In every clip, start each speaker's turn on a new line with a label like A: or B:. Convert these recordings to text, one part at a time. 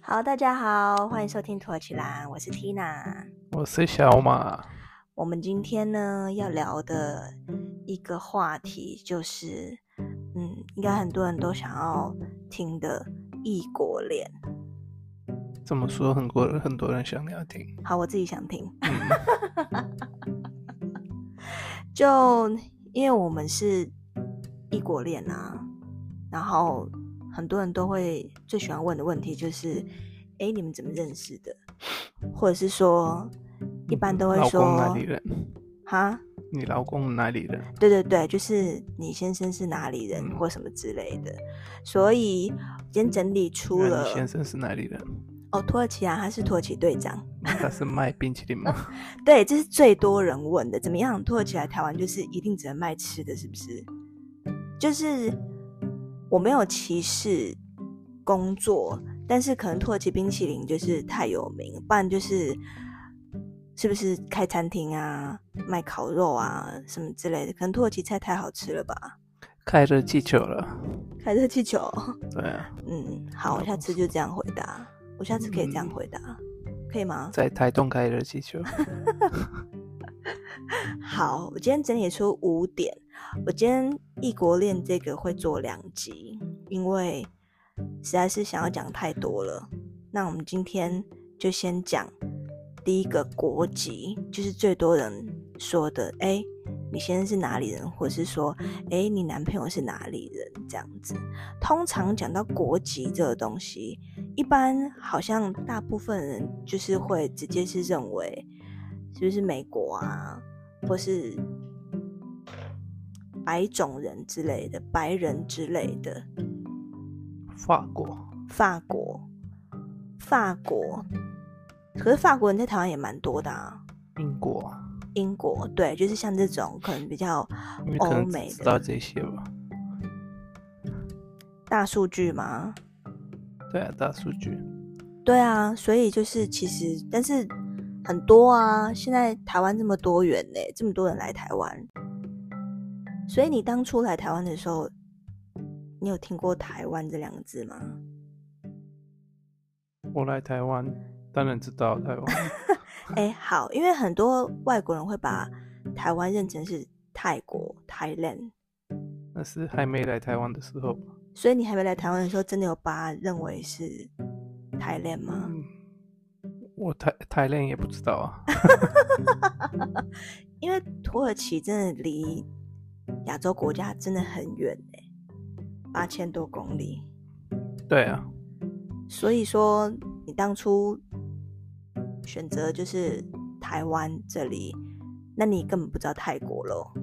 A: 好，大家好，欢迎
B: 嗯
A: 收听土耳其蓝，我是 Tina。
B: 我是小马，
A: 我们今天呢要聊的一个话题就是，嗯，应该很多人都想要听的异国恋。
B: 这么说很多人很多人想嗯要 听，
A: 好，我自己想听。就因为我们是异国恋啊，然后很多人都会最喜欢问的问题就是：哎、你们怎么认识的？或者是说，一般都会
B: 老公哪
A: 说
B: 里人？
A: 哈，
B: 你老公哪里人？
A: 对对对，就是你先生是哪里人
B: 嗯
A: 或什么之类的。所以今天整理出
B: 那
A: 了
B: 你先生是哪里人？
A: 哦，土耳其啊，他是土耳其队长。
B: 他是卖冰淇淋吗？
A: 对，这是最多人问的。怎么样？土耳其来台湾就是一定只能卖吃的，是不是？就是我没有歧视工作，但是可能土耳其冰淇淋就是太有名，不然就是是不是开餐厅啊，卖烤肉啊什么之类的？可能土耳其菜太好吃了吧？
B: 开热气球了，
A: 开热气球，
B: 对啊，
A: 嗯，好，我下次就这样回答。我下次可以这样
B: 嗯
A: 回答，可以吗？
B: 在台东开热气球，
A: 好，我今天整理出五点。我今天异国恋这个会做两集，因为实在是想要讲太多了。那我们今天就先讲第一个国籍，就是最多人说的，哎、你先生是哪里人，或是说，哎、你男朋友是哪里人这样子。通常讲到国籍这个东西，一般好像大部分人就是会直接是认为，是不是美国啊，或是白种人之类的、白人之类的，
B: 法国，
A: 法国，法国。可是法国人在台湾也蛮多的啊，
B: 英国，
A: 英国对，就是像这种可能比较
B: 因为
A: 欧
B: 可能
A: 美
B: 只知道
A: 的
B: 这些吧。
A: 大数据嘛，
B: 对啊，大数据，
A: 对啊，所以就是其实，但是很多啊，现在台湾这么多元呢、这么多人来台湾，所以你当初来台湾的时候，你有听过台湾这两个字吗？
B: 我来台湾，当然知道台湾，
A: 哎、好，因为很多外国人会把台湾认成是泰国 （Thailand），
B: 那是还没来台湾的时候吧。
A: 所以你还没来台湾的时候，真的有把它认为是 Thailand 吗？
B: 嗯，我台台恋也不知道啊。
A: 因为土耳其真的离亚洲国家真的很远哎、八千多公里。
B: 对啊，
A: 所以说，你当初选择就是台湾这里，那你根本不知道泰国咯。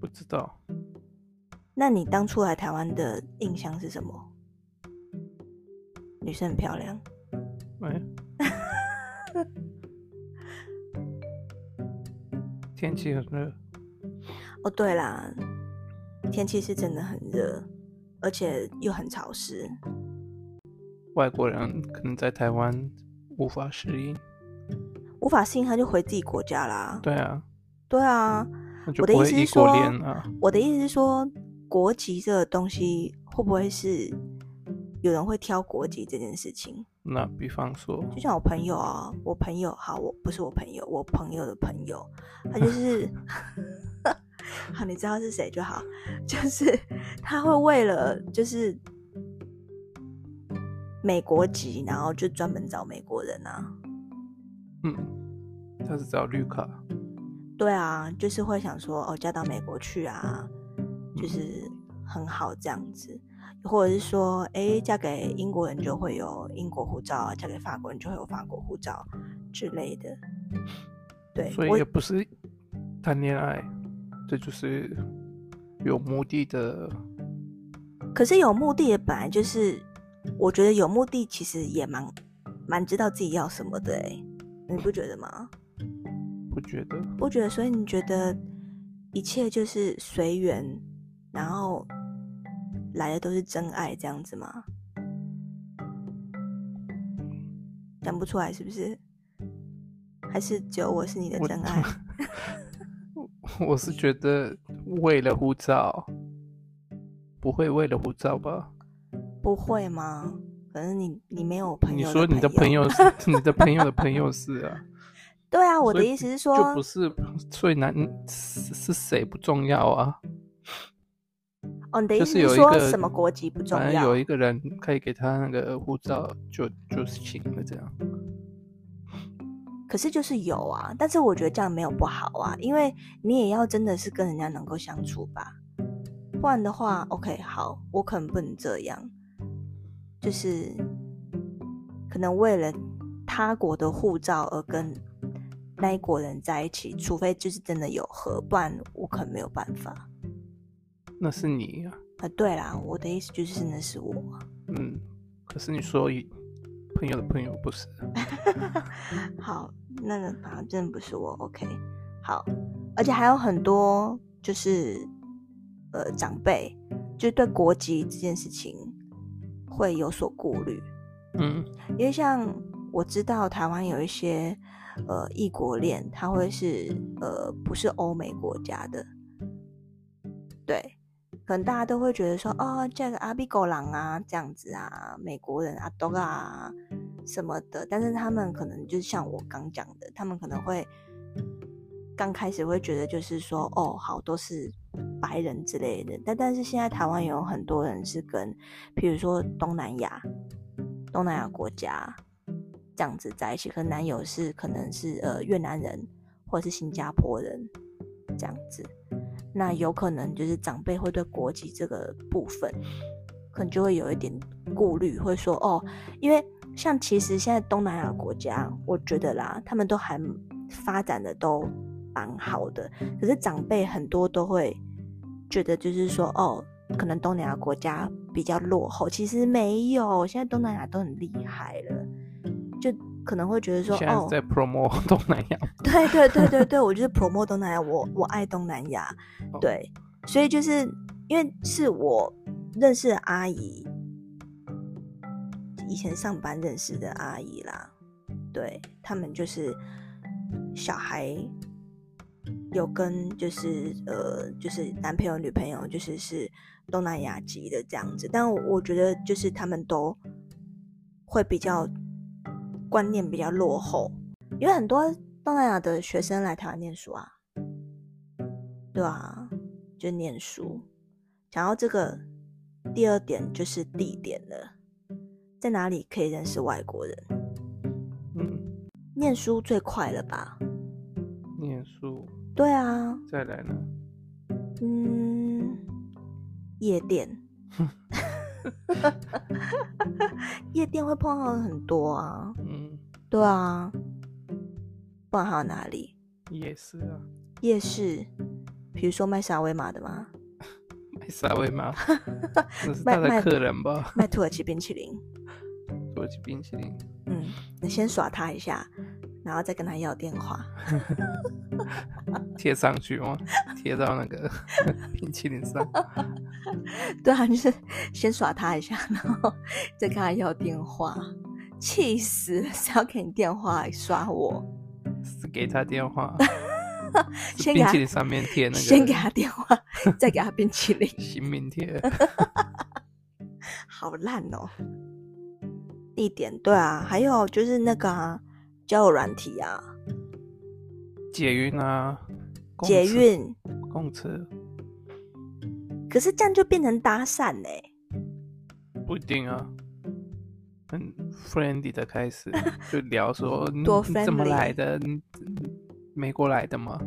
B: 不知道，
A: 那你当初来台湾的印象是什么？女生很漂亮，
B: 哎、 天气很热，
A: 哦，对啦，天气是真的很热，而且又很潮湿。
B: 外国人可能在台湾无法适应。
A: 无法适应，他就回自己国家啦。
B: 对啊，
A: 对啊，
B: 那就
A: 我的
B: 不
A: 意
B: 会
A: 思是
B: 异国
A: 说
B: 恋啊。
A: 我的意思是说，国籍这个东西会不会是有人会挑国籍这件事情？
B: 那比方说，
A: 就像我朋友啊，我朋友好，我不是我朋友，我朋友的朋友，他就是， 好，你知道是谁就好，就是他会为了就是美国籍，然后就专门找美国人啊，
B: 嗯，他是找绿卡，
A: 对啊，就是会想说哦，嫁到美国去啊，
B: 嗯
A: 就是很好这样子，或者是说，哎，嫁给英国人就会有英国护照啊，嫁给法国人就会有法国护照之类的。对，
B: 所以
A: 我
B: 也不是谈恋爱，这就是有目的的。
A: 可是有目的的本来就是，我觉得有目的其实也蛮蛮知道自己要什么的哎、你不觉得吗？
B: 不觉得
A: 不觉得？所以你觉得一切就是随缘，然后来的都是真爱这样子吗？讲不出来是不是？还是只有我是你的
B: 我
A: 真爱？
B: 我是觉得为了护照，不会为了护照吧？
A: 不会吗？可可是你你没有朋友，
B: 你说你的朋
A: 友，
B: 友是 你的朋友的朋友是啊，
A: 对啊，我的
B: 所以
A: 意思是说，
B: 就不是，所以男是是谁不重要啊，
A: 哦，你的意
B: 就
A: 思
B: 是有一
A: 说
B: 个
A: 什么国籍不重
B: 反正
A: 要
B: 有？一个人可以给他那个护照就就行了，这样。
A: 可是就是有啊，但是我觉得这样没有不好啊，因为你也要真的是跟人家能够相处吧，不然的话，OK，好，我可能不能这样，就是可能为了他国的护照而跟那一国人在一起，除非就是真的有合，不然我可能没有办法。
B: 那是你啊，
A: 啊，对啦，我的意思就是那是我啊。
B: 嗯，可是你说一朋友的朋友不是啊，
A: 好，那个反正不是我，OK。好，而且还有很多就是呃长辈，就是对国籍这件事情会有所顾虑，
B: 嗯
A: 因为像我知道台湾有一些呃异国恋，他会是呃不是欧美国家的，对。可能大家都会觉得说，哦，嫁个阿比狗狼啊，这样子啊，美国人阿多啊什么的，但是他们可能就是像我刚讲的，他们可能会刚开始会觉得就是说，哦，好多是白人之类的，但但是现在台湾有很多人是跟，譬如说东南亚、东南亚国家这样子在一起，可能男友是可能是呃越南人或者是新加坡人这样子，那有可能就是长辈会对国籍这个部分，可能就会有一点顾虑，会说哦，因为像其实现在东南亚国家，我觉得啦，他们都还发展的都蛮好的，可是长辈很多都会觉得就是说哦，可能东南亚国家比较落后，其实没有，现在东南亚都很厉害了，就可能会觉得
B: 你
A: 说
B: 现在
A: 哦
B: 是，在 promo 东南亚，
A: 对对对对对，我就是 promo 东南亚，我我爱东南亚
B: 哦，
A: 对，所以就是因为是我认识的阿姨，以前上班认识的阿姨啦，对他们就是小孩有跟就是呃就是男朋友女朋友就是是东南亚籍的这样子，但我我觉得就是他们都会比较观念比较落后，因为很多东南亚的学生来台湾念书啊，对啊，就念书。讲到这个，第二点就是地点了，在哪里可以认识外国人？
B: 嗯，
A: 念书最快了吧？
B: 念书
A: 对啊，
B: 再来呢，
A: 嗯，夜店，夜店会碰到很多啊，
B: 嗯，
A: 对啊，不然还有哪里？
B: 也是啊，
A: 夜市，比如说卖沙威玛的吗？
B: 卖沙威 玛，那是
A: 卖
B: 他的
A: 卖
B: 客 人吧？
A: 卖土耳其冰淇淋。
B: 土耳其冰淇淋，
A: 嗯，你先耍他一下，然后再跟他要电话。
B: 贴上去吗？ 贴到那个 冰淇淋上，
A: 对啊，就是 先耍他一下，然 后再跟他要电话。气死了！谁要给你电话来耍我？
B: 是给他电话，是
A: 先给
B: 冰
A: 他
B: 淇淋上面贴那个
A: 先给他嗯电话， 再给他冰淇淋，
B: 新名贴，
A: 好烂哦！地点对啊，还有就是那个啊，交友软体啊，
B: 捷运啊，公
A: 捷
B: 车，
A: 运。
B: 公车
A: 可是这样就变成搭讪欸嘞、
B: 不一定啊。很 friendly 的 开始，就聊说你
A: 多
B: 你怎么
A: friendly
B: 来的？你你美国来的吗？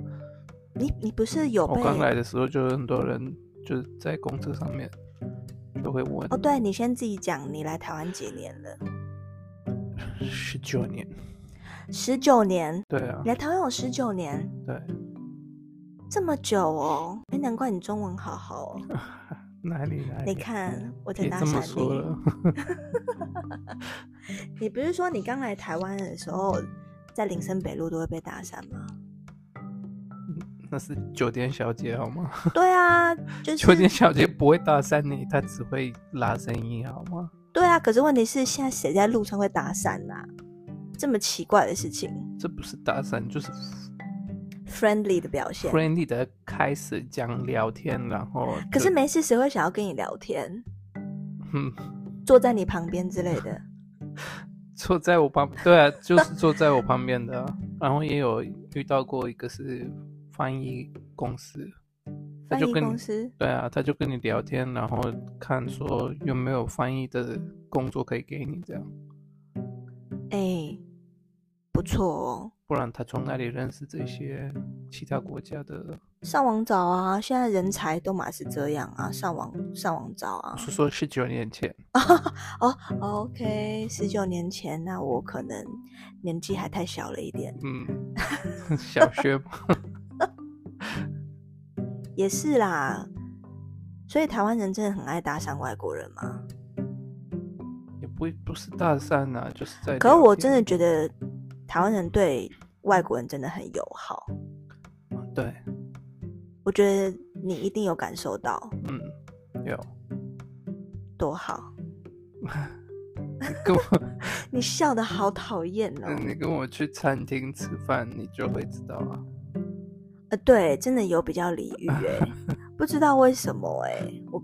A: 你你不是有
B: 我
A: 被
B: 哦刚来的时候，就很多人就是在公车上面就会问
A: 哦？对你先自己讲，你来台湾几年了？
B: 十九年，
A: 十九年。
B: 对啊
A: 你，来台湾有十九年，
B: 嗯对，
A: 这么久哦，哎，难怪你中文好好哦。
B: 哪里来？
A: 你看我在
B: 哎别
A: 搭
B: 这么
A: 讪
B: 说
A: 你，
B: 了，
A: 你不是说你刚来台湾的时候，在林森北路都会被搭讪 吗？
B: 那是酒店小姐好吗？
A: 对啊，就
B: 酒店
A: 是
B: 小姐不会搭讪你，她只会拉生意好吗？
A: 对啊。可是问题是，现在谁在路上会搭讪啊？这么奇怪的事情
B: 这不是搭讪，就是
A: ，friendly 的表现。
B: friendly 的开始讲聊天，然后
A: 可是
B: 就
A: 没事，谁会想要跟你聊天？
B: 嗯，
A: 坐在你旁边之类的。
B: 坐在我旁，对啊，就是坐在我旁边的啊、然后也有遇到过一个是翻译公司，他
A: 翻
B: 就
A: 译
B: 跟你
A: 公司
B: 对啊，他就跟你聊天，然后看说有没有翻译的工作可以给你这样，
A: 哎、不错哦，
B: 不然他从哪里认识这些其他国家的？
A: 上网找啊，现在人才都嘛是这样啊，上网上网找啊。
B: 是说是九年前，
A: 哦，OK，十九年前，那我可能年纪还太小了一点，
B: 嗯， 小学 嘛，
A: 也是啦。所以台湾人真的很爱搭讪外国人嘛？
B: 也不不是大三啊，就是在。
A: 可是我真的觉得台湾人对外国人真的很友好，
B: 的对，
A: 我觉得你一定有感受到，
B: 嗯，有，
A: 多好！
B: 你跟我
A: 你笑的好讨厌哦。
B: 你跟我去餐厅吃饭，你就会知道啊。
A: 呃，对，真的有比较俚语哎，不知道为什么哎、我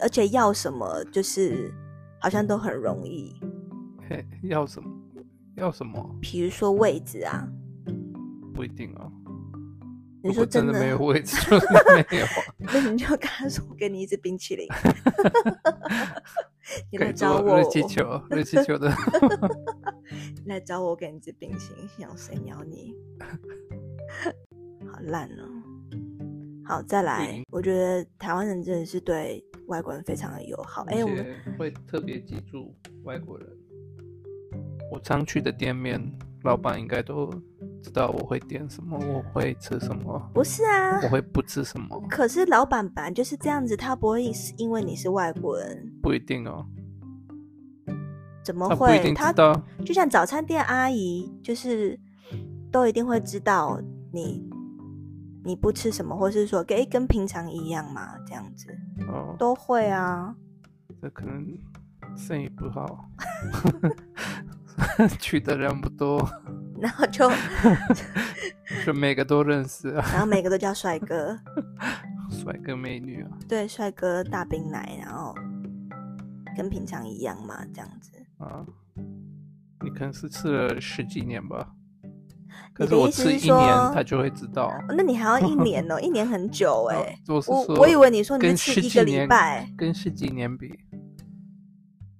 A: 而且要什么就是好像都很容易，
B: 嘿，要什么？要什么？
A: 比如说位置啊，
B: 不一定哦。
A: 你
B: 如
A: 说
B: 果真
A: 的，啊
B: 没有位置，就是 没有啊。
A: 那你就跟他说我给你一支冰 淇淋， 你
B: 可
A: 来
B: 以
A: 找
B: 做
A: 我，
B: 热气球，热气球的
A: 你来找我，我给你一支冰淇淋，想谁鸟你？好烂哦！好，再来
B: 嗯，
A: 我觉得台湾人真的是对外国人非常的友好。 哎、
B: 而
A: 我们
B: 且会特别记住外国人。我常去的店面，老板应该都知道我会点什么，我会吃什么，
A: 不是啊，
B: 我会不吃什么，
A: 可是老板本来就是这样子，他不会是因为你是外国人，
B: 不一定哦。
A: 怎么
B: 他不一
A: 会？
B: 定知
A: 他
B: 道，
A: 就像早餐店阿姨，就是都一定会知道你你不吃什么，或是说跟跟平常一样嘛，这样子
B: 哦，
A: 都会啊。
B: 这可能生意不好，去的人不多，
A: 然后就，
B: 就每个都认识啊，
A: 然后每个都叫帅哥，
B: 帅哥美女啊，
A: 对，帅哥大冰奶，然后跟平常一样嘛，这样子。
B: 啊，你可能是吃了十几年吧，可
A: 你
B: 是
A: 的
B: 我
A: 意思
B: 吃
A: 是
B: 一
A: 说，
B: 年他就会知道。
A: 哦那你还要 一年哦，一年很久哎、
B: 哦我是
A: 我
B: 说
A: 我以为你说你
B: 跟
A: 是
B: 十
A: 一
B: 几
A: 个礼
B: 年
A: 拜，
B: 跟十几年比，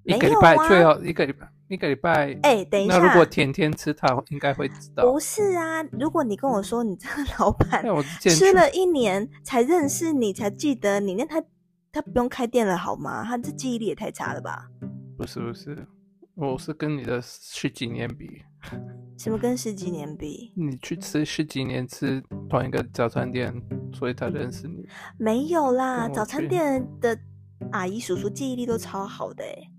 A: 没
B: 一个礼
A: 有
B: 拜
A: 啊
B: 最好一个礼拜一个礼拜。
A: 哎、等一下，
B: 那如果天天吃，他应该会知道。
A: 不是啊，如果你跟
B: 嗯
A: 我说你这个老板
B: 那我之前
A: 吃
B: 去
A: 了一年才认识你，才记得你，那他他不用开店了好吗？他这记忆力也太差了吧？
B: 不是不是，我是跟你的十几年比，
A: 什么跟十几年比？
B: 你去吃十几年吃同一个早餐店，所以他认识你。
A: 没有啦，
B: 跟我
A: 早餐
B: 去
A: 店的阿姨叔叔记忆力都超好的、欸，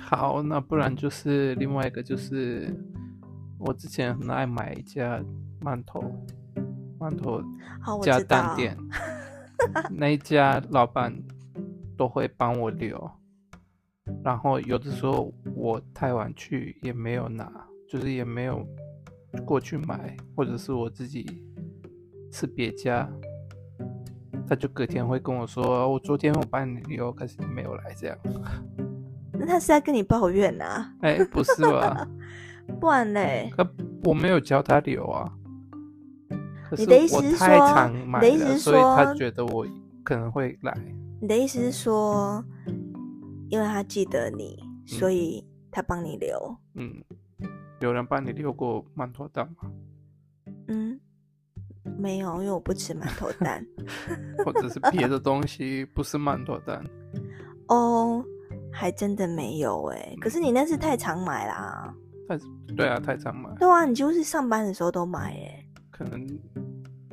B: 好，那不然就是另外一个，就是我之前很爱买一家馒头，馒头
A: 好，我
B: 加
A: 知
B: 蛋
A: 道。
B: 店，那一家老板都会帮我留，然后有的时候我太晚去也没有拿，就是也没有过去买，或者是我自己吃别家，他就隔天会跟我说，哦我昨天我帮你留，可是你没有来这样，
A: 那他是在跟你抱怨啊？
B: 哎、不是吧？
A: 不然嘞，
B: 可我没有教他留啊。可
A: 你
B: 是
A: 的意思
B: 我
A: 是
B: 太
A: 说
B: 常
A: 你的
B: 买
A: 意思
B: 了，
A: 是
B: 所以他
A: 说
B: 觉得我可能会来。
A: 你的意思是说，因为他记得你，所
B: 嗯
A: 以他帮你留？
B: 嗯，有人帮你溜过馒头蛋吗？
A: 嗯，没有，因为我不吃馒头蛋。
B: 或者是别的东西，不是馒头蛋？
A: 哦，还真的没有哎、可是你
B: 嗯
A: 那是太常买啦。
B: 太对啊，太常买，
A: 对啊，你就是上班的时候都买哎、
B: 可能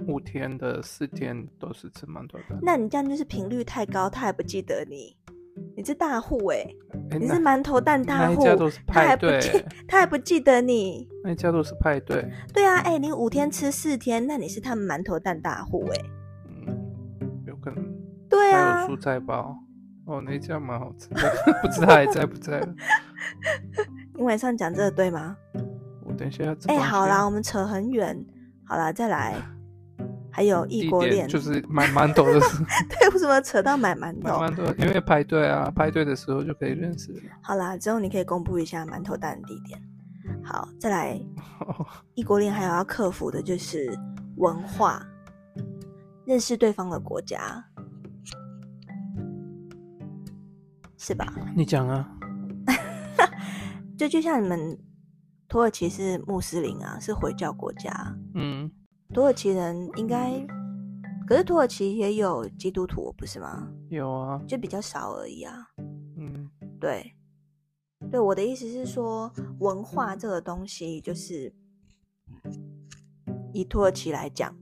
B: 五天的四天都是吃馒头蛋。
A: 那你这样就是频率太高，他还不记得你。你是大户哎、
B: 诶
A: 你
B: 那
A: 是馒头蛋
B: 那
A: 大
B: 一
A: 户
B: 家，都是
A: 他
B: 派
A: 还不
B: 对，欸
A: 记，他还不记得你。
B: 那一家都是派对。
A: 对啊，哎、你五天吃四天，那你是他们馒头蛋大户哎、
B: 嗯，有可能。
A: 对
B: 还
A: 啊
B: 有，蔬菜包，哦，那一家蛮好吃的， 不知道还在不在了。
A: 你晚上讲这个对吗？哎
B: 我等一下要吃。
A: 哎、好啦，，我们扯很远。好啦，再来。还有异
B: 地
A: 国
B: 点
A: 恋，
B: 就是买馒头的时候，
A: 对，为什么扯到买馒
B: 买
A: 头？
B: 馒头，因为排队啊，排队的时候就可以认识了。
A: 好啦，之后你可以公布一下馒头蛋的地点。好，再来
B: 哦
A: 异国恋还有要克服的就是文化，认识对方的国家，是吧？
B: 你讲啊，
A: 就就像你们土耳其是穆斯林啊，是回教国家，
B: 嗯，
A: 土耳其人应该，可是土耳其也有基督徒，不是吗？
B: 有啊，
A: 就比较少而已啊。
B: 嗯，
A: 对，对，我的意思是说，文化这个东西，就是以土耳其来讲，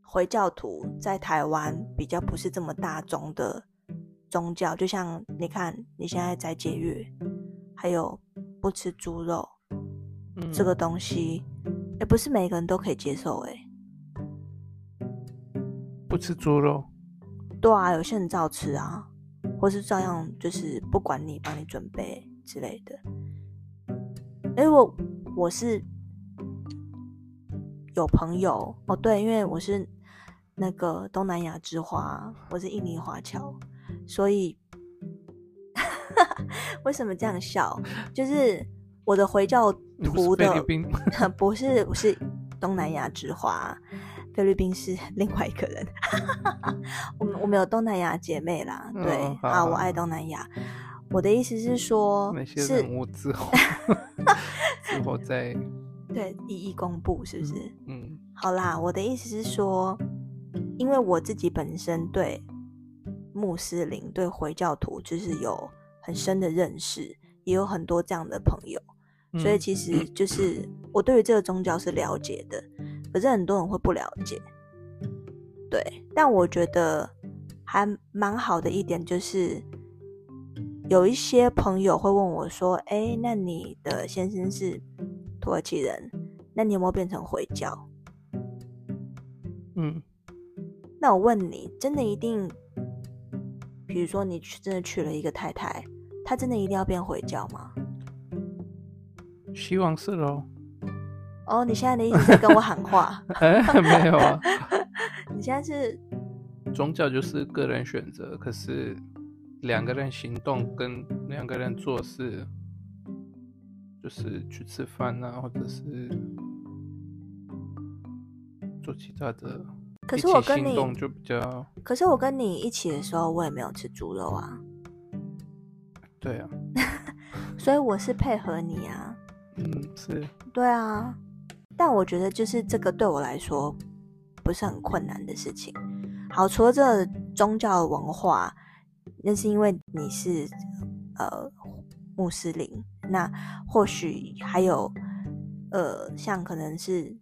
A: 回教徒在台湾比较不是这么大众的宗教。就像你看，你现在在戒月，还有不吃猪肉
B: 嗯
A: 这个东西，也、不是每个人都可以接受、欸。哎，
B: 不吃猪肉，
A: 对啊，有些人照吃啊，或是照样就是不管你，帮你准备之类的。哎，我我是有朋友哦，对，因为我是那个东南亚之花，我是印尼华侨，所以 为什么这样笑？就是我的回教
B: 你不
A: 徒
B: 是
A: 的
B: 菲律宾
A: 不是，我是东南亚之花，菲律宾是另外一个人。 我们我们有东南亚姐妹啦，
B: 嗯
A: 对，
B: 好
A: 啊，
B: 好嗯
A: 我爱东南亚。我的意思是说
B: 那，些
A: 哦是
B: 人物 之后，之后再，
A: 对一一公布，是不是？
B: 嗯
A: 好啦，我的意思是说，因为我自己本身对穆斯林、对回教徒就是有很深的认识，也有很多这样的朋友。
B: 嗯，
A: 所以其实就是我对于这个宗教是了解的，可是很多人会不了解。对，但我觉得还蛮好的一点就是，有一些朋友会问我说：“哎，那你的先生是土耳其人，那你有没有变成回教
B: 嗯，？”
A: 那我问你，真的一定，比如说你去真的娶了一个太太，她真的一定要变回教吗？
B: 嗯希望是喽，
A: 哦，你现在的意思是跟我喊话？
B: 哎，没有啊，
A: 你现在是
B: 宗教就是个人选择，可是两个人行动跟两个人做事，就是去吃饭啊，或者是做其他的，
A: 可
B: 一
A: 是我
B: 起
A: 跟
B: 行
A: 你
B: 动就比较
A: 可是我跟你一起的时候，我也没有吃猪肉啊，
B: 对啊，
A: 所以我是配合你啊，
B: 嗯，是
A: 对啊。但我觉得就是这个对我来说不是很困难的事情。好，除了这个宗教的文化，那是因为你是呃穆斯林，那或许还有呃像可能是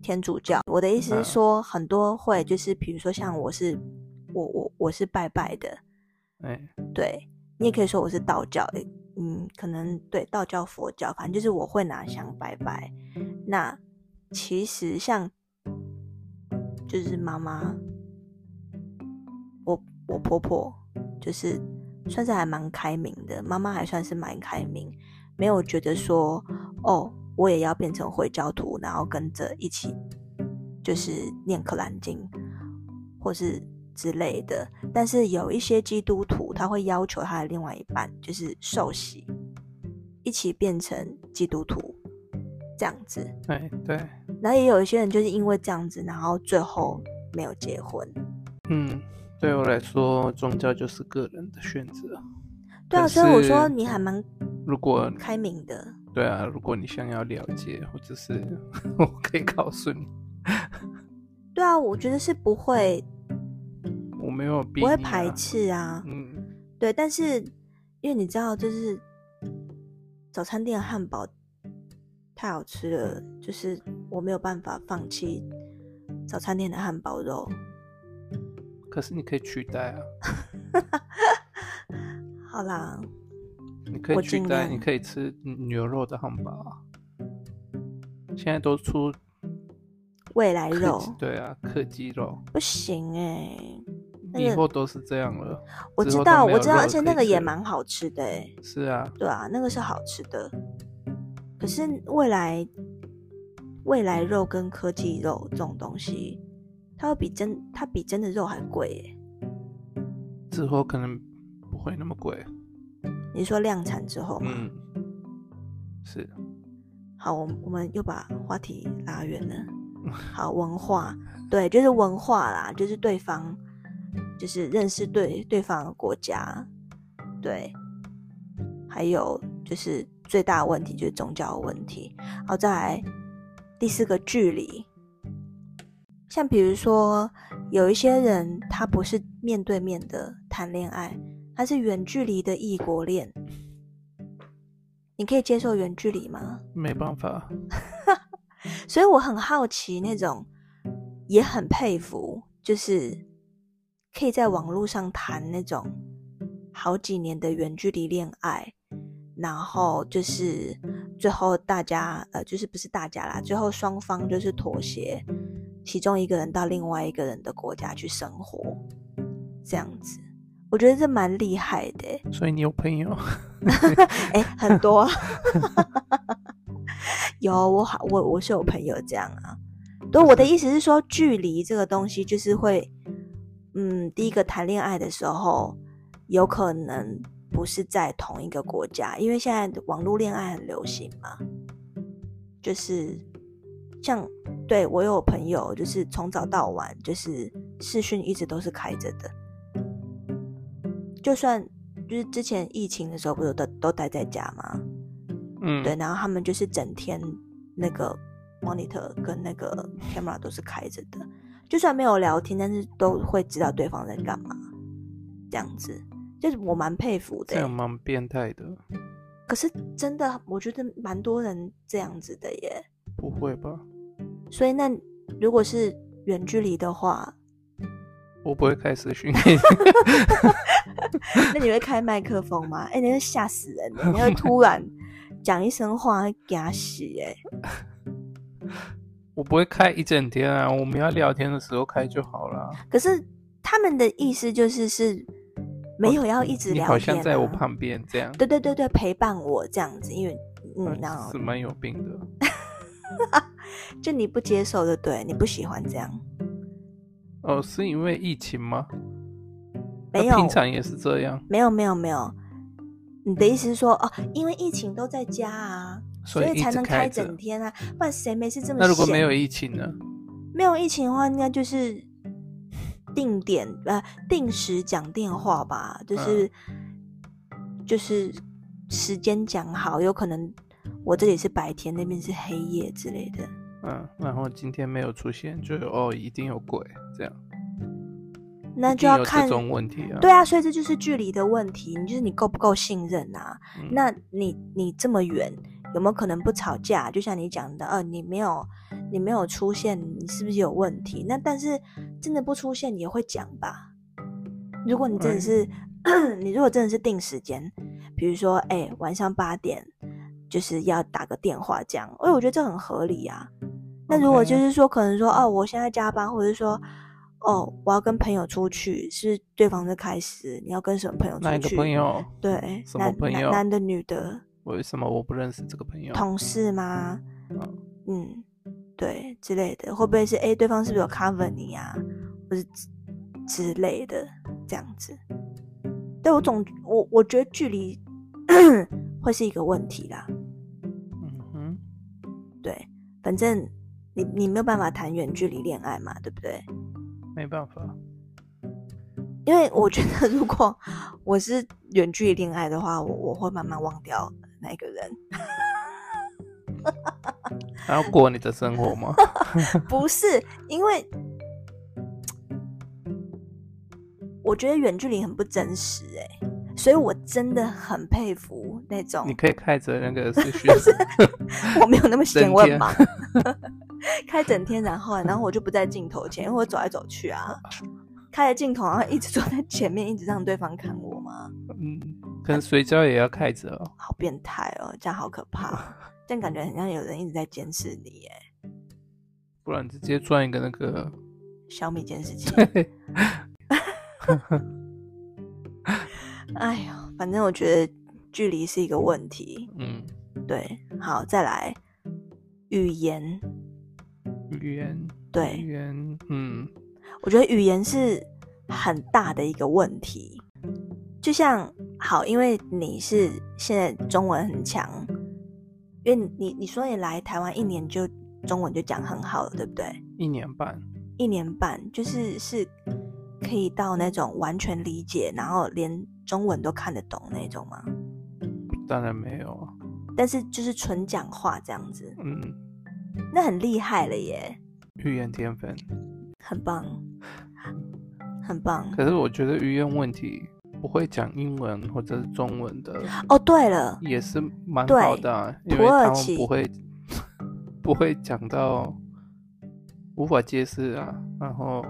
A: 天主教。我的意思是
B: 嗯
A: 说，很多会就是比如说像我是我我我是拜拜的，
B: 哎，
A: 对你也可以说我是道教，诶嗯，可能对道教、佛教，反正就是我会拿香拜拜。那其实像就是妈妈，我我婆婆就是算是还蛮开明的，妈妈还算是蛮开明，没有觉得说哦，我也要变成回教徒，然后跟着一起就是念可兰经，或是之类的。但是有一些基督徒，他会要求他的另外一半就是受洗，一起变成基督徒这样子。
B: 哎，对，
A: 然后也有一些人就是因为这样子，然后最后没有结婚。
B: 嗯，对我来说，宗教就是个人的选择。
A: 对啊，
B: 可
A: 所以我说
B: 是
A: 你还蛮
B: 如果
A: 开明的。
B: 对啊，如果你想要了解，或者是 我可以告诉你，
A: 对啊，我觉得是不会
B: 我没有逼
A: 不会
B: 你啊
A: 排斥啊。
B: 嗯，
A: 对，但是因为你知道，就是早餐店的汉堡太好吃了，就是我没有办法放弃早餐店的汉堡肉。
B: 可是你可以取代啊，
A: 好啦，
B: 你可
A: 我
B: 以取
A: 尽
B: 代，
A: 量
B: 你可以吃牛肉的汉堡啊。现在都出
A: 未来
B: 克
A: 肉
B: 鸡对啊，克鸡肉，
A: 不行哎、那
B: 以
A: 个
B: 后都是这样了。
A: 我
B: 之
A: 知
B: 后都
A: 道，
B: 没
A: 我
B: 有
A: 知道，
B: 肉
A: 而且
B: 可
A: 那
B: 以
A: 个也
B: 吃
A: 蛮好吃的哎、
B: 是啊，
A: 对啊，那个是好吃的。可是未来未来肉跟科技肉这种东西，它会比真它比真的肉还贵欸耶。
B: 之后可能不会那么贵。
A: 你说量产之后吗？
B: 嗯，是
A: 好，我们我们又把话题拉远了。好，文化，对，就是文化啦，就是对方，就是认识对对方的国家，对，还有就是最大的问题就是宗教的问题。好，再来第四个距离，像比如说有一些人他不是面对面的谈恋爱，他是远距离的异国恋，你可以接受远距离吗？
B: 没办法。
A: 所以我很好奇那种，也很佩服，就是可以在网络上谈那种好几年的远距离恋爱，然后就是最后大家呃，就是不是大家啦，最后双方就是妥协，其中一个人到另外一个人的国家去生活，这样子，我觉得这蛮厉害的欸、
B: 所以你有朋友？
A: 哎、很多、 啊。有我好，我我是有朋友这样啊。对，我的意思是说，距离这个东西就是会，嗯，第一个谈恋爱的时候，有可能不是在同一个国家，因为现在网络恋爱很流行嘛。就是像对我有朋友，就是从早到晚，就是视讯一直都是开着的，就算就是之前疫情的时候，不是都都待在家吗？
B: 嗯，
A: 对，然后他们就是整天那个 monitor 跟那个 camera 都是开着的，就算没有聊天，但是都会知道对方在干嘛，这样子，就是我蛮佩服的
B: 这样
A: 欸。
B: 蛮变态的。
A: 可是真的，我觉得蛮多人这样子的耶。
B: 不会吧？
A: 所以那如果是远距离的话，
B: 我不会开视讯 给你。
A: 那你会开麦克风吗？哎、你会吓死人欸，你会突 然讲一声话会给他洗哎。
B: 我不会开一整天啊，我们要聊天的时候开就好了。
A: 可是他们的意思就是是没有要一直
B: 哦你
A: 聊天、啊，
B: 好像在我旁边这样，
A: 对对对对，陪伴我这样子，因为嗯，然
B: 嗯
A: 后
B: 是蛮有病的。
A: 就你不接受的，对，你不喜欢这样，
B: 哦，是因为疫情吗？
A: 没
B: 那
A: 有
B: 平常也是这样，
A: 没有没有没有，你的意思是说哦，因为疫情都在家啊，所
B: 所以一
A: 才
B: 直
A: 能开
B: 着
A: 整天啊，不然谁没事这么
B: 那如果
A: 闲
B: 没有疫情呢？
A: 没有疫情的话，应该就是定点呃定时讲电话吧，
B: 嗯
A: 就是、就是时间讲好，有可能我这里是白天，那边是黑夜之类的。
B: 嗯，然后今天没有出现，就有哦，一定有鬼这样，
A: 那
B: 一
A: 就
B: 定
A: 要
B: 有
A: 看
B: 这种问题啊。
A: 对啊，所以这就是距离的问题，你就是你够不够信任啊？
B: 嗯
A: 那你你这么远，有没有可能不吵架？就像你讲的，呃，你没有你没有出现，你是不是有问题？那但是真的不出现也会讲吧？如果你真的
B: 哎
A: 是、 你如果真的是定时间，比如说哎、晚上八点就是要打个电话这样，哎，我觉得这很合理啊。那如果
B: OK
A: 就是说，可能说哦，我现在加班，或者是说哦，我要跟朋友出去，是对方在开始，你要跟什么朋友啊出去？
B: 哪一个朋？友？
A: 对，
B: 什么
A: 男
B: 朋
A: 男
B: 友
A: 男的、女的，
B: 为什么我不认识这个朋友？
A: 同事吗？
B: 嗯
A: 嗯，对，之类的，会不会是哎，对方是不是有 cover 你啊，或是之之类的这样子？对我总我我觉得距离 会是一个问题啦。
B: 嗯哼，
A: 对，反正你你没有办法谈远距离恋爱嘛，对不对？
B: 没办法，
A: 因为我觉得，如果我是远距离恋爱的话，我我会慢慢忘掉那个人。
B: 还要过你的生活吗？
A: 不是因为，我觉得远距离很不真实哎、所以我真的很佩服那种
B: 你可以开着那
A: 嗯
B: 个视 讯，
A: 我没有那么闲，
B: 整
A: 我很
B: 天
A: 忙， 开整天，然后然后我就不在镜头前，因为我走来走去啊，开着镜头，然后一直坐在前面，一直让对方看我吗？
B: 嗯，可能睡觉也要开着哦。
A: 好变态哦，这样好可 怕哦，这样感觉很像有人一直在监视你欸耶，
B: 不然直接装一个那个，
A: 小米监视器。 哎呦，反正我觉得距离是一个问题。
B: 嗯，
A: 对，好，再来语言，
B: 语言，
A: 对
B: 语言，嗯，
A: 我觉得语言是很大的一个问题。就像好，因为你是现在中文很强，因为你你说你来台湾一年就中文就讲很好了，对不对？
B: 一年半，
A: 一年半就是是可以到那种完全理解，然后连中文都看得懂那种吗？
B: 当然没有啊，
A: 但是就是纯讲话这样子，
B: 嗯，
A: 那很厉害了耶，
B: 语言天分。
A: 很棒，很棒。
B: 可是我觉得语言问题，不会讲英文或者是中文的，
A: 哦，对了，
B: 也是蛮
A: 对
B: 好的、啊，因
A: 土
B: 为
A: 耳
B: 他
A: 其
B: 们不会 不会讲到无法解释啊，然后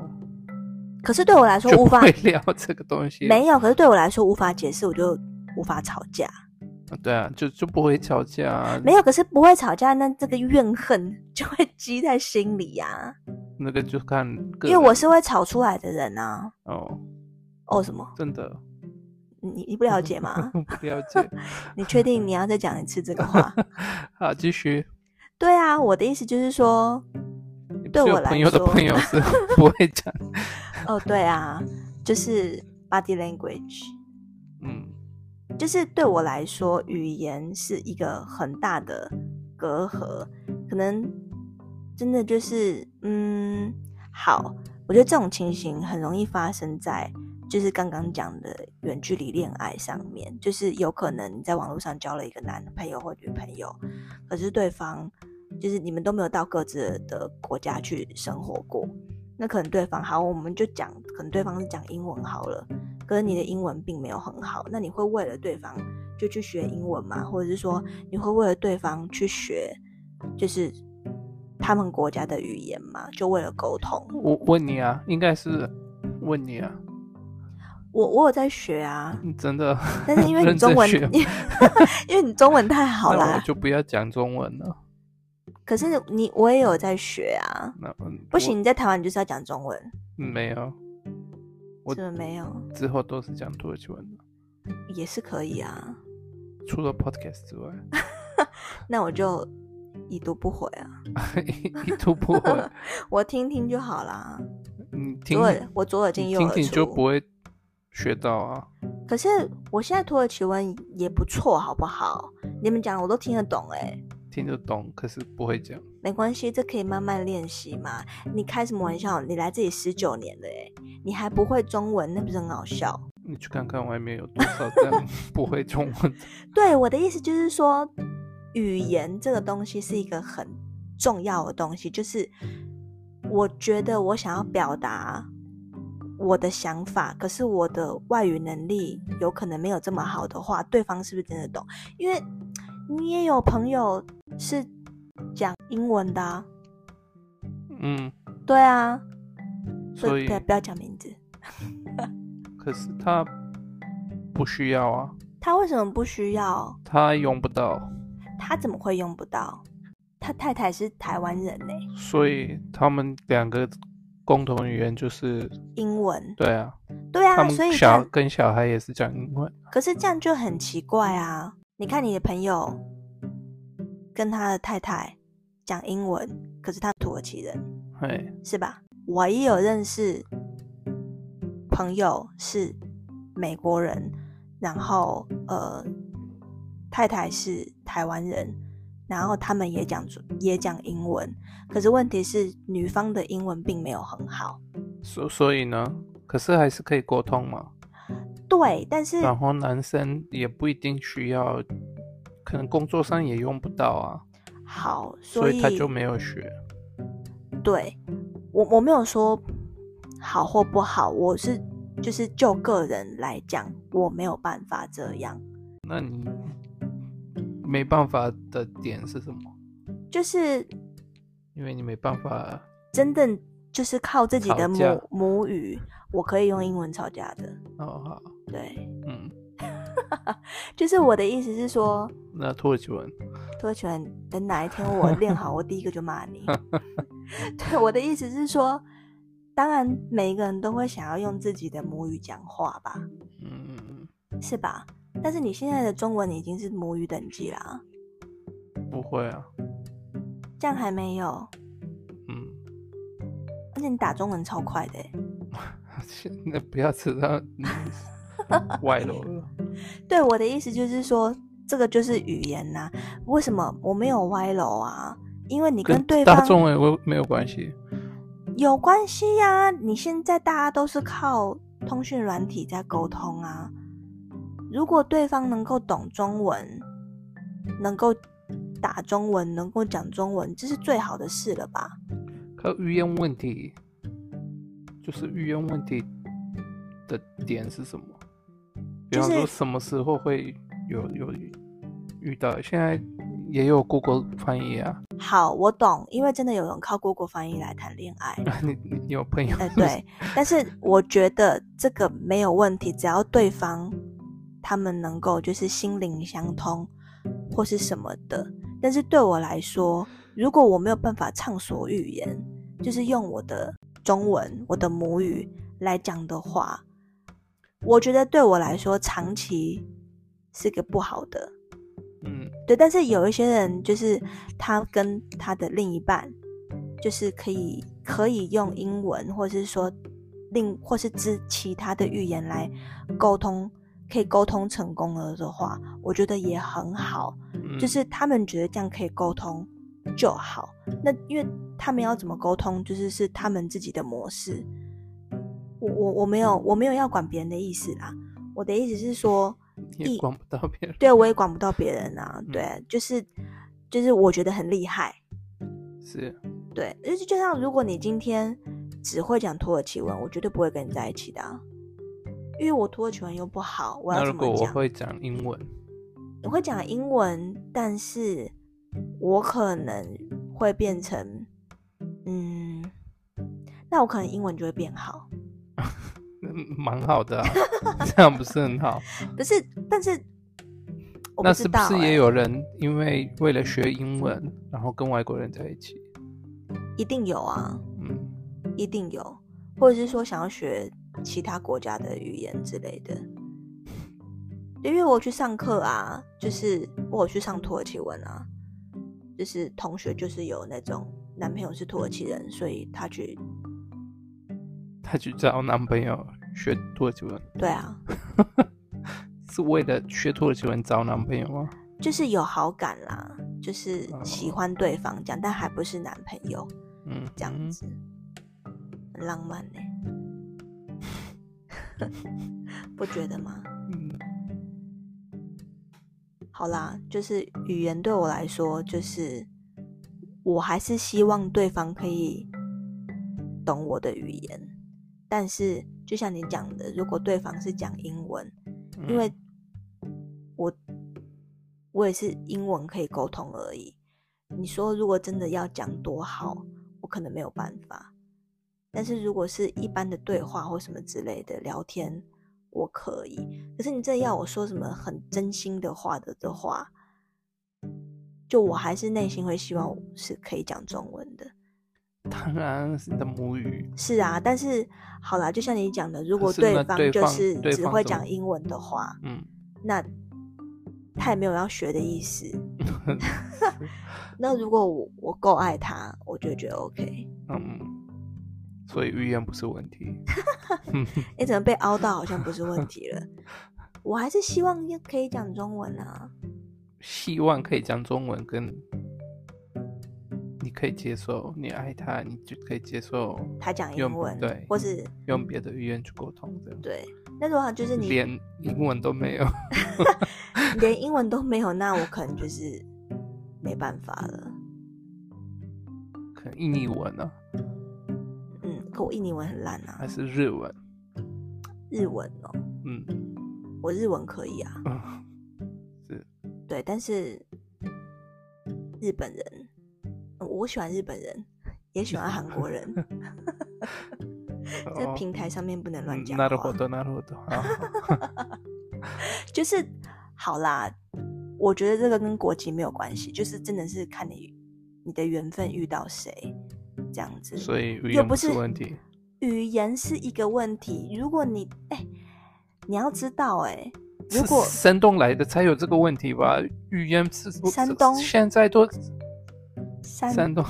A: 可是对我来说
B: 就
A: 无
B: 不
A: 法
B: 会聊这个东西啊。
A: 没有，可是对我来说无法解释，我就无法吵架。
B: 对啊，就就不会吵架、啊，
A: 没有，可是不会吵架，那这个怨恨 就会积在心里呀、
B: 那个就看个
A: 因
B: 人。
A: 为我是会吵出来的人啊。
B: 哦，
A: 哦，什么？
B: 真的
A: 你你不了解 吗？
B: 不了解。
A: 你确定你要再讲一次这个话？
B: 好，继续。
A: 对啊，我的意思就是说，
B: 你
A: 对
B: 不是有
A: 我来
B: 朋友的
A: 说
B: 朋友 是不会讲，
A: 哦，对啊，就是 body language，
B: 嗯，
A: 就是对我来说，语言是一个很大的隔阂，可能真的就是，嗯，好，我觉得这种情形很容易发生在就是刚刚讲的远距离恋爱上面，就是有可能你在网络上交了一个男朋友或女朋友，可是对方就是你们都没有到各自的国家去生活过，那可能对方好，我们就讲，可能对方是讲英文好了。可是你的英文并没有很好，那你会为了对方就去学英文吗？或者是说你会为了对方去学，就是他们国家的语言吗？就为了沟通？
B: 我问你啊，应该是问你啊，
A: 我我有在学啊，。
B: 你真的
A: 但是因为你
B: 认真
A: 中文，
B: 学吗
A: 因为你中文太好
B: 那我
A: 啦。
B: 就不要讲中文了。
A: 可是你我也有在学啊，
B: 那嗯
A: 不行，你在台湾你就是要讲中文，
B: 我没有，我
A: 是不是没有？
B: 之后都是讲土耳其文的，
A: 也是可以啊，
B: 嗯除了 podcast 之外，
A: 那我就已读不回啊，
B: 一一 吐不回。
A: 我听听就好啦。
B: 你听
A: 左耳我左耳进
B: 你
A: 右
B: 听
A: 耳出，
B: 听就不会学到啊。
A: 可是我现在土耳其文也不错，好不好？你们讲我都听得懂哎、
B: 听得懂，可是不会讲。
A: 没关系，这可以慢慢练习嘛。你开什么玩笑？你来这里十九年了哎、你还不会中文，那不是很好笑？
B: 你去看看外面有多 少这样 不会中文的。
A: 对，我的意思就是说，语言这个东西是一个很重要的东西，就是我觉得我想要表达我的想法，可是我的外语能力有可能没有这么好的话，对方是不是真的懂？因为你也有朋友是讲英文的、啊，
B: 嗯，
A: 对啊，
B: 所
A: 以
B: 以
A: 不要不要讲名字，
B: 可是他不需要啊，
A: 他为什么不需要？
B: 他用不到，
A: 他怎么会用不到？他太太是台湾人呢、
B: 所以他们两个共同语言就是
A: 英文，
B: 对啊，
A: 对
B: 他
A: 啊，所
B: 们
A: 以这样
B: 小跟小孩也是讲英文，
A: 可是这样就很奇怪啊！你看你的朋友跟他的太太讲英文，可是他土耳其人，
B: 哎，
A: 是吧？我也有认识朋友是美国人，然后呃，太太是台湾人，然后他们也讲也讲英文，可是问题是女方的英文并没有很好。
B: 所所以呢，可是还是可以沟通嘛。
A: 对，但是
B: 然后男生也不一定需要，可能工作上也用不到啊，
A: 好，
B: 所
A: 所
B: 以他就没有学。
A: 对我我没有说好或不好，我是就是就个人来讲，我没有办法这样。
B: 那你没办法的点是什么？
A: 就是
B: 因为你没办法，
A: 真的就是靠自己的
B: 吵
A: 母
B: 架
A: 母语，我可以用英文吵架的。
B: 哦好，
A: 对，
B: 嗯，
A: 就是我的意思是说，
B: 那土耳其文，
A: 土耳其人，等哪一天我练好，我第一个就骂 你。对，我的意思是说，当然每一个人都会想要用自己的母语讲话吧，
B: 嗯嗯嗯，
A: 是吧？但是你现在的中文已经是母语等级啦、
B: 不会啊，
A: 这样还没有，
B: 嗯，
A: 且你打中文超快的欸，
B: 那不要扯到 歪楼
A: 嗯
B: 了。
A: 对我的意思就是说，这个就是语言呐、为什么我没有歪楼啊？因为你跟对
B: 大
A: 方
B: 众也没没有关系。
A: 有关系呀、你现在大家都是靠通讯软体在沟通啊。如果对方能够懂中文，能够打中文，能够讲中文，这是最好的事了吧？
B: 可语言问题，就是语言问题的点是什么？比
A: 就
B: 方
A: 是
B: 说，什么时候会有有遇到？现在也有 Google 翻译啊，
A: 好，我懂，因为真的有人靠 Google 翻译来谈恋爱。
B: 你你你有朋友
A: 哎、对，但是我觉得这个没有问题，只要对方他们能够就是心灵相通或是什么的。但是对我来说，如果我没有办法畅所欲言，就是用我的中文、我的母语来讲的话，我觉得对我来说长期是个不好的。
B: 嗯，
A: 对，但是有一些人就是他跟他的另一半，就是可以可以用英文，或是说另或是之其他的语言来沟通，可以沟通成功了的话，我觉得也很好。
B: 嗯
A: 就是他们觉得这样可以沟通就好。那因为他们要怎么沟通，就是是他们自己的模式。我我我没有我没有要管别人的意思啦，我的意思是说。
B: 也管不到别人。
A: 对我也管不到别人啊。对，
B: 嗯
A: 就是就是我觉得很厉害。
B: 是，
A: 对，就是就像如果你今天只会讲土耳其文，我绝对不会跟你在一起的啊、因为我土耳其文又不好，我要
B: 那如
A: 怎
B: 果
A: 么
B: 我
A: 讲？
B: 会讲英文，
A: 我会讲英文，但是我可能会变成，嗯，那我可能英文就会变好。
B: 嗯蛮好的、啊， 这样不是很好？
A: 可是，但是我
B: 那
A: 不
B: 是
A: 知
B: 不
A: 道、
B: 是也
A: 欸
B: 有人因为为了学英文，然后跟外国人在一起？
A: 一定有啊。
B: 嗯，
A: 一定有，或者是说想要学其他国家的语言之类的。因为我去上课啊，就是我有去上土耳其文啊，就是同学就是有那种男朋友是土耳其人，所以他去
B: 她去找男朋友学土耳其文，
A: 对啊，
B: 是为了学土耳其文找男朋友吗？
A: 就是有好感啦，就是喜欢对方这样，但还不是男朋友
B: 嗯，
A: 这样子，很浪漫呢、 不觉得吗？
B: 嗯。嗯
A: 好啦，就是语言对我来说，就是我还是希望对方可以懂我的语言。但是就像你讲的，如果对方是讲英文，因为
B: 嗯
A: 我我也是英文可以沟通而已。你说如果真的要讲多好，我可能没有办法。但是如果是一般的对话或什么之类的聊天，我可以。可是你真的要我说什么很真心的话的的话，就我还是内心会希望我是可以讲中文的。
B: 当然是你的母语，
A: 是啊，但是好啦，就像你讲的，如
B: 可
A: 果
B: 是那
A: 对方
B: 对
A: 就
B: 方
A: 是
B: 对
A: 只
B: 方
A: 会
B: 怎么
A: 讲英文的话，
B: 嗯，
A: 那他也没有要学的意思。
B: 嗯
A: 那如果我我够爱他，我就觉得 OK。
B: 嗯，所以语言不是问 题。
A: 你怎么被凹到好像不是问题 了？我还是希望可以讲中文啊。
B: 希望可以讲中文，跟你可以接受，你爱他，你就可以接受
A: 他讲英
B: 用
A: 文，
B: 对
A: 或是
B: 用别的语言去沟通，这样
A: 对。那如果就是你
B: 连英文都没有，
A: 连英文都没有，那我可能就是没办法了。
B: 可能印尼文啊，
A: 嗯，可我印尼文很烂啊
B: 还，是日文，
A: 日文哦，
B: 嗯，
A: 我日文可以啊，
B: 啊
A: 对，但是日本人，呃我喜欢日本人，也喜欢韩国 人，在
B: 哦
A: 平台上面不能乱
B: 嗯
A: 讲
B: なる
A: 话，
B: ほど、なるほど， 好好
A: 就是好啦。我觉得这个跟国籍没有关系，就是真的是看你你的缘分遇到谁这样子。
B: 所以语
A: 又
B: 言
A: 不
B: 不
A: 是
B: 是问题。
A: 语言是一个问题。如果你哎、你要知道哎、如
B: 是
A: 果
B: 山东来的才有这个问题吧？语言是
A: 山东
B: 现在都
A: 山
B: 山东，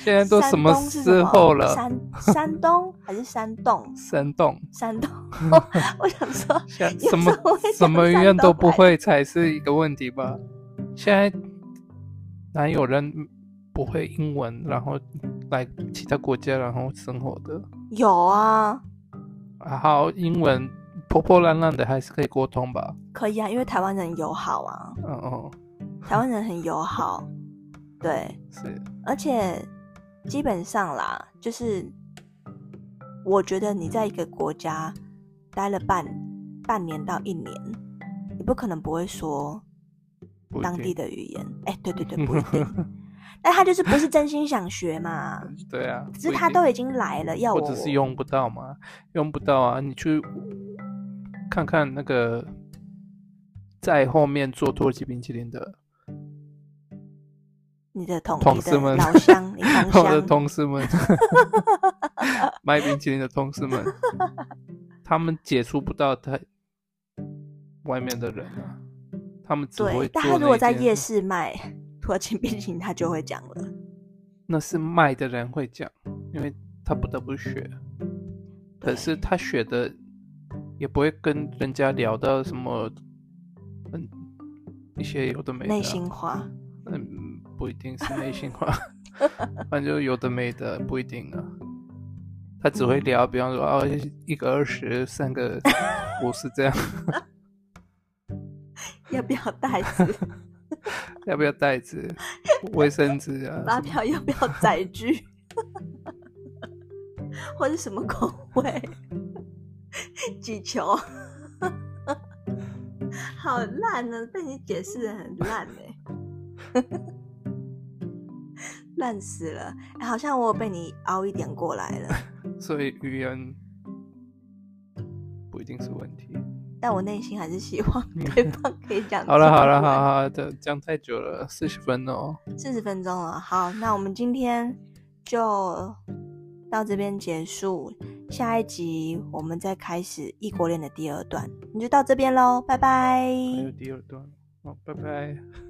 B: 现在都什么
A: 山东是什
B: 时
A: 么
B: 候了？
A: 山山东还是山洞？
B: 山洞，
A: 山洞， 我想说，
B: 现
A: 有
B: 在嗯什么
A: 时候会讲
B: 什么
A: 山
B: 样都
A: 东
B: 不
A: 来
B: 会才是一个问题吧？现在哪有人不会英文，然后来其他国家然后生活的？
A: 有啊，
B: 然后英文破破烂烂的还是可以沟通吧？
A: 可以啊，因为台湾人友好啊，
B: 嗯哦，
A: 台湾人很友好，对，
B: 是
A: 而且基本上啦，就是我觉得你在一个国家待了半半年到一年，你不可能不会说
B: 不一
A: 当地
B: 定
A: 的语言。哎，对对对，不一 定。但他就是不是真心想学嘛，
B: 对啊，
A: 只是
B: 不一
A: 他
B: 定
A: 都已经来了，要
B: 或
A: 我
B: 者是用不到嘛，用不到啊！你去看看那个在后面做土耳其冰淇淋的
A: 你的同
B: 同
A: 你
B: 事
A: 的
B: 们，
A: 老乡， 你同
B: 我的
A: 乡，
B: 同事 们，卖冰淇淋的同事们，他们接触不到他外面的人啊，他们只会
A: 对。
B: 做
A: 但他如果
B: 那
A: 在
B: 件
A: 夜
B: 事，
A: 市卖 土耳其冰淇淋，他就会讲了。
B: 那是卖的人会讲，因为他不得不学。可
A: 对
B: 是他学的也不会跟人家聊到什么，嗯，一些有的没的、啊
A: 内，心 话，
B: 嗯，不一定是内心 话，反正有的没的不一定啊。他只会聊，比方说啊，一个二十，三 个五十这样，
A: 要不要 袋子？
B: 要不要 袋子、卫生纸啊？
A: 发
B: 什么
A: 票要不要载具，或者什么口味，几球，好烂呢、被你解释的很烂哎、烂死了、哎好像我有被你凹一点过来了，
B: 所以语言不一定是问题。
A: 但我内心还是希 望对方可以讲
B: 好了好了好好好的，讲太久了，四十分哦。
A: 四十分钟了，好，那我们今天就到这边结束，下一集我们再开始异国恋的第二段，那就到这边喽，拜拜。
B: 还有第二段，好，拜拜。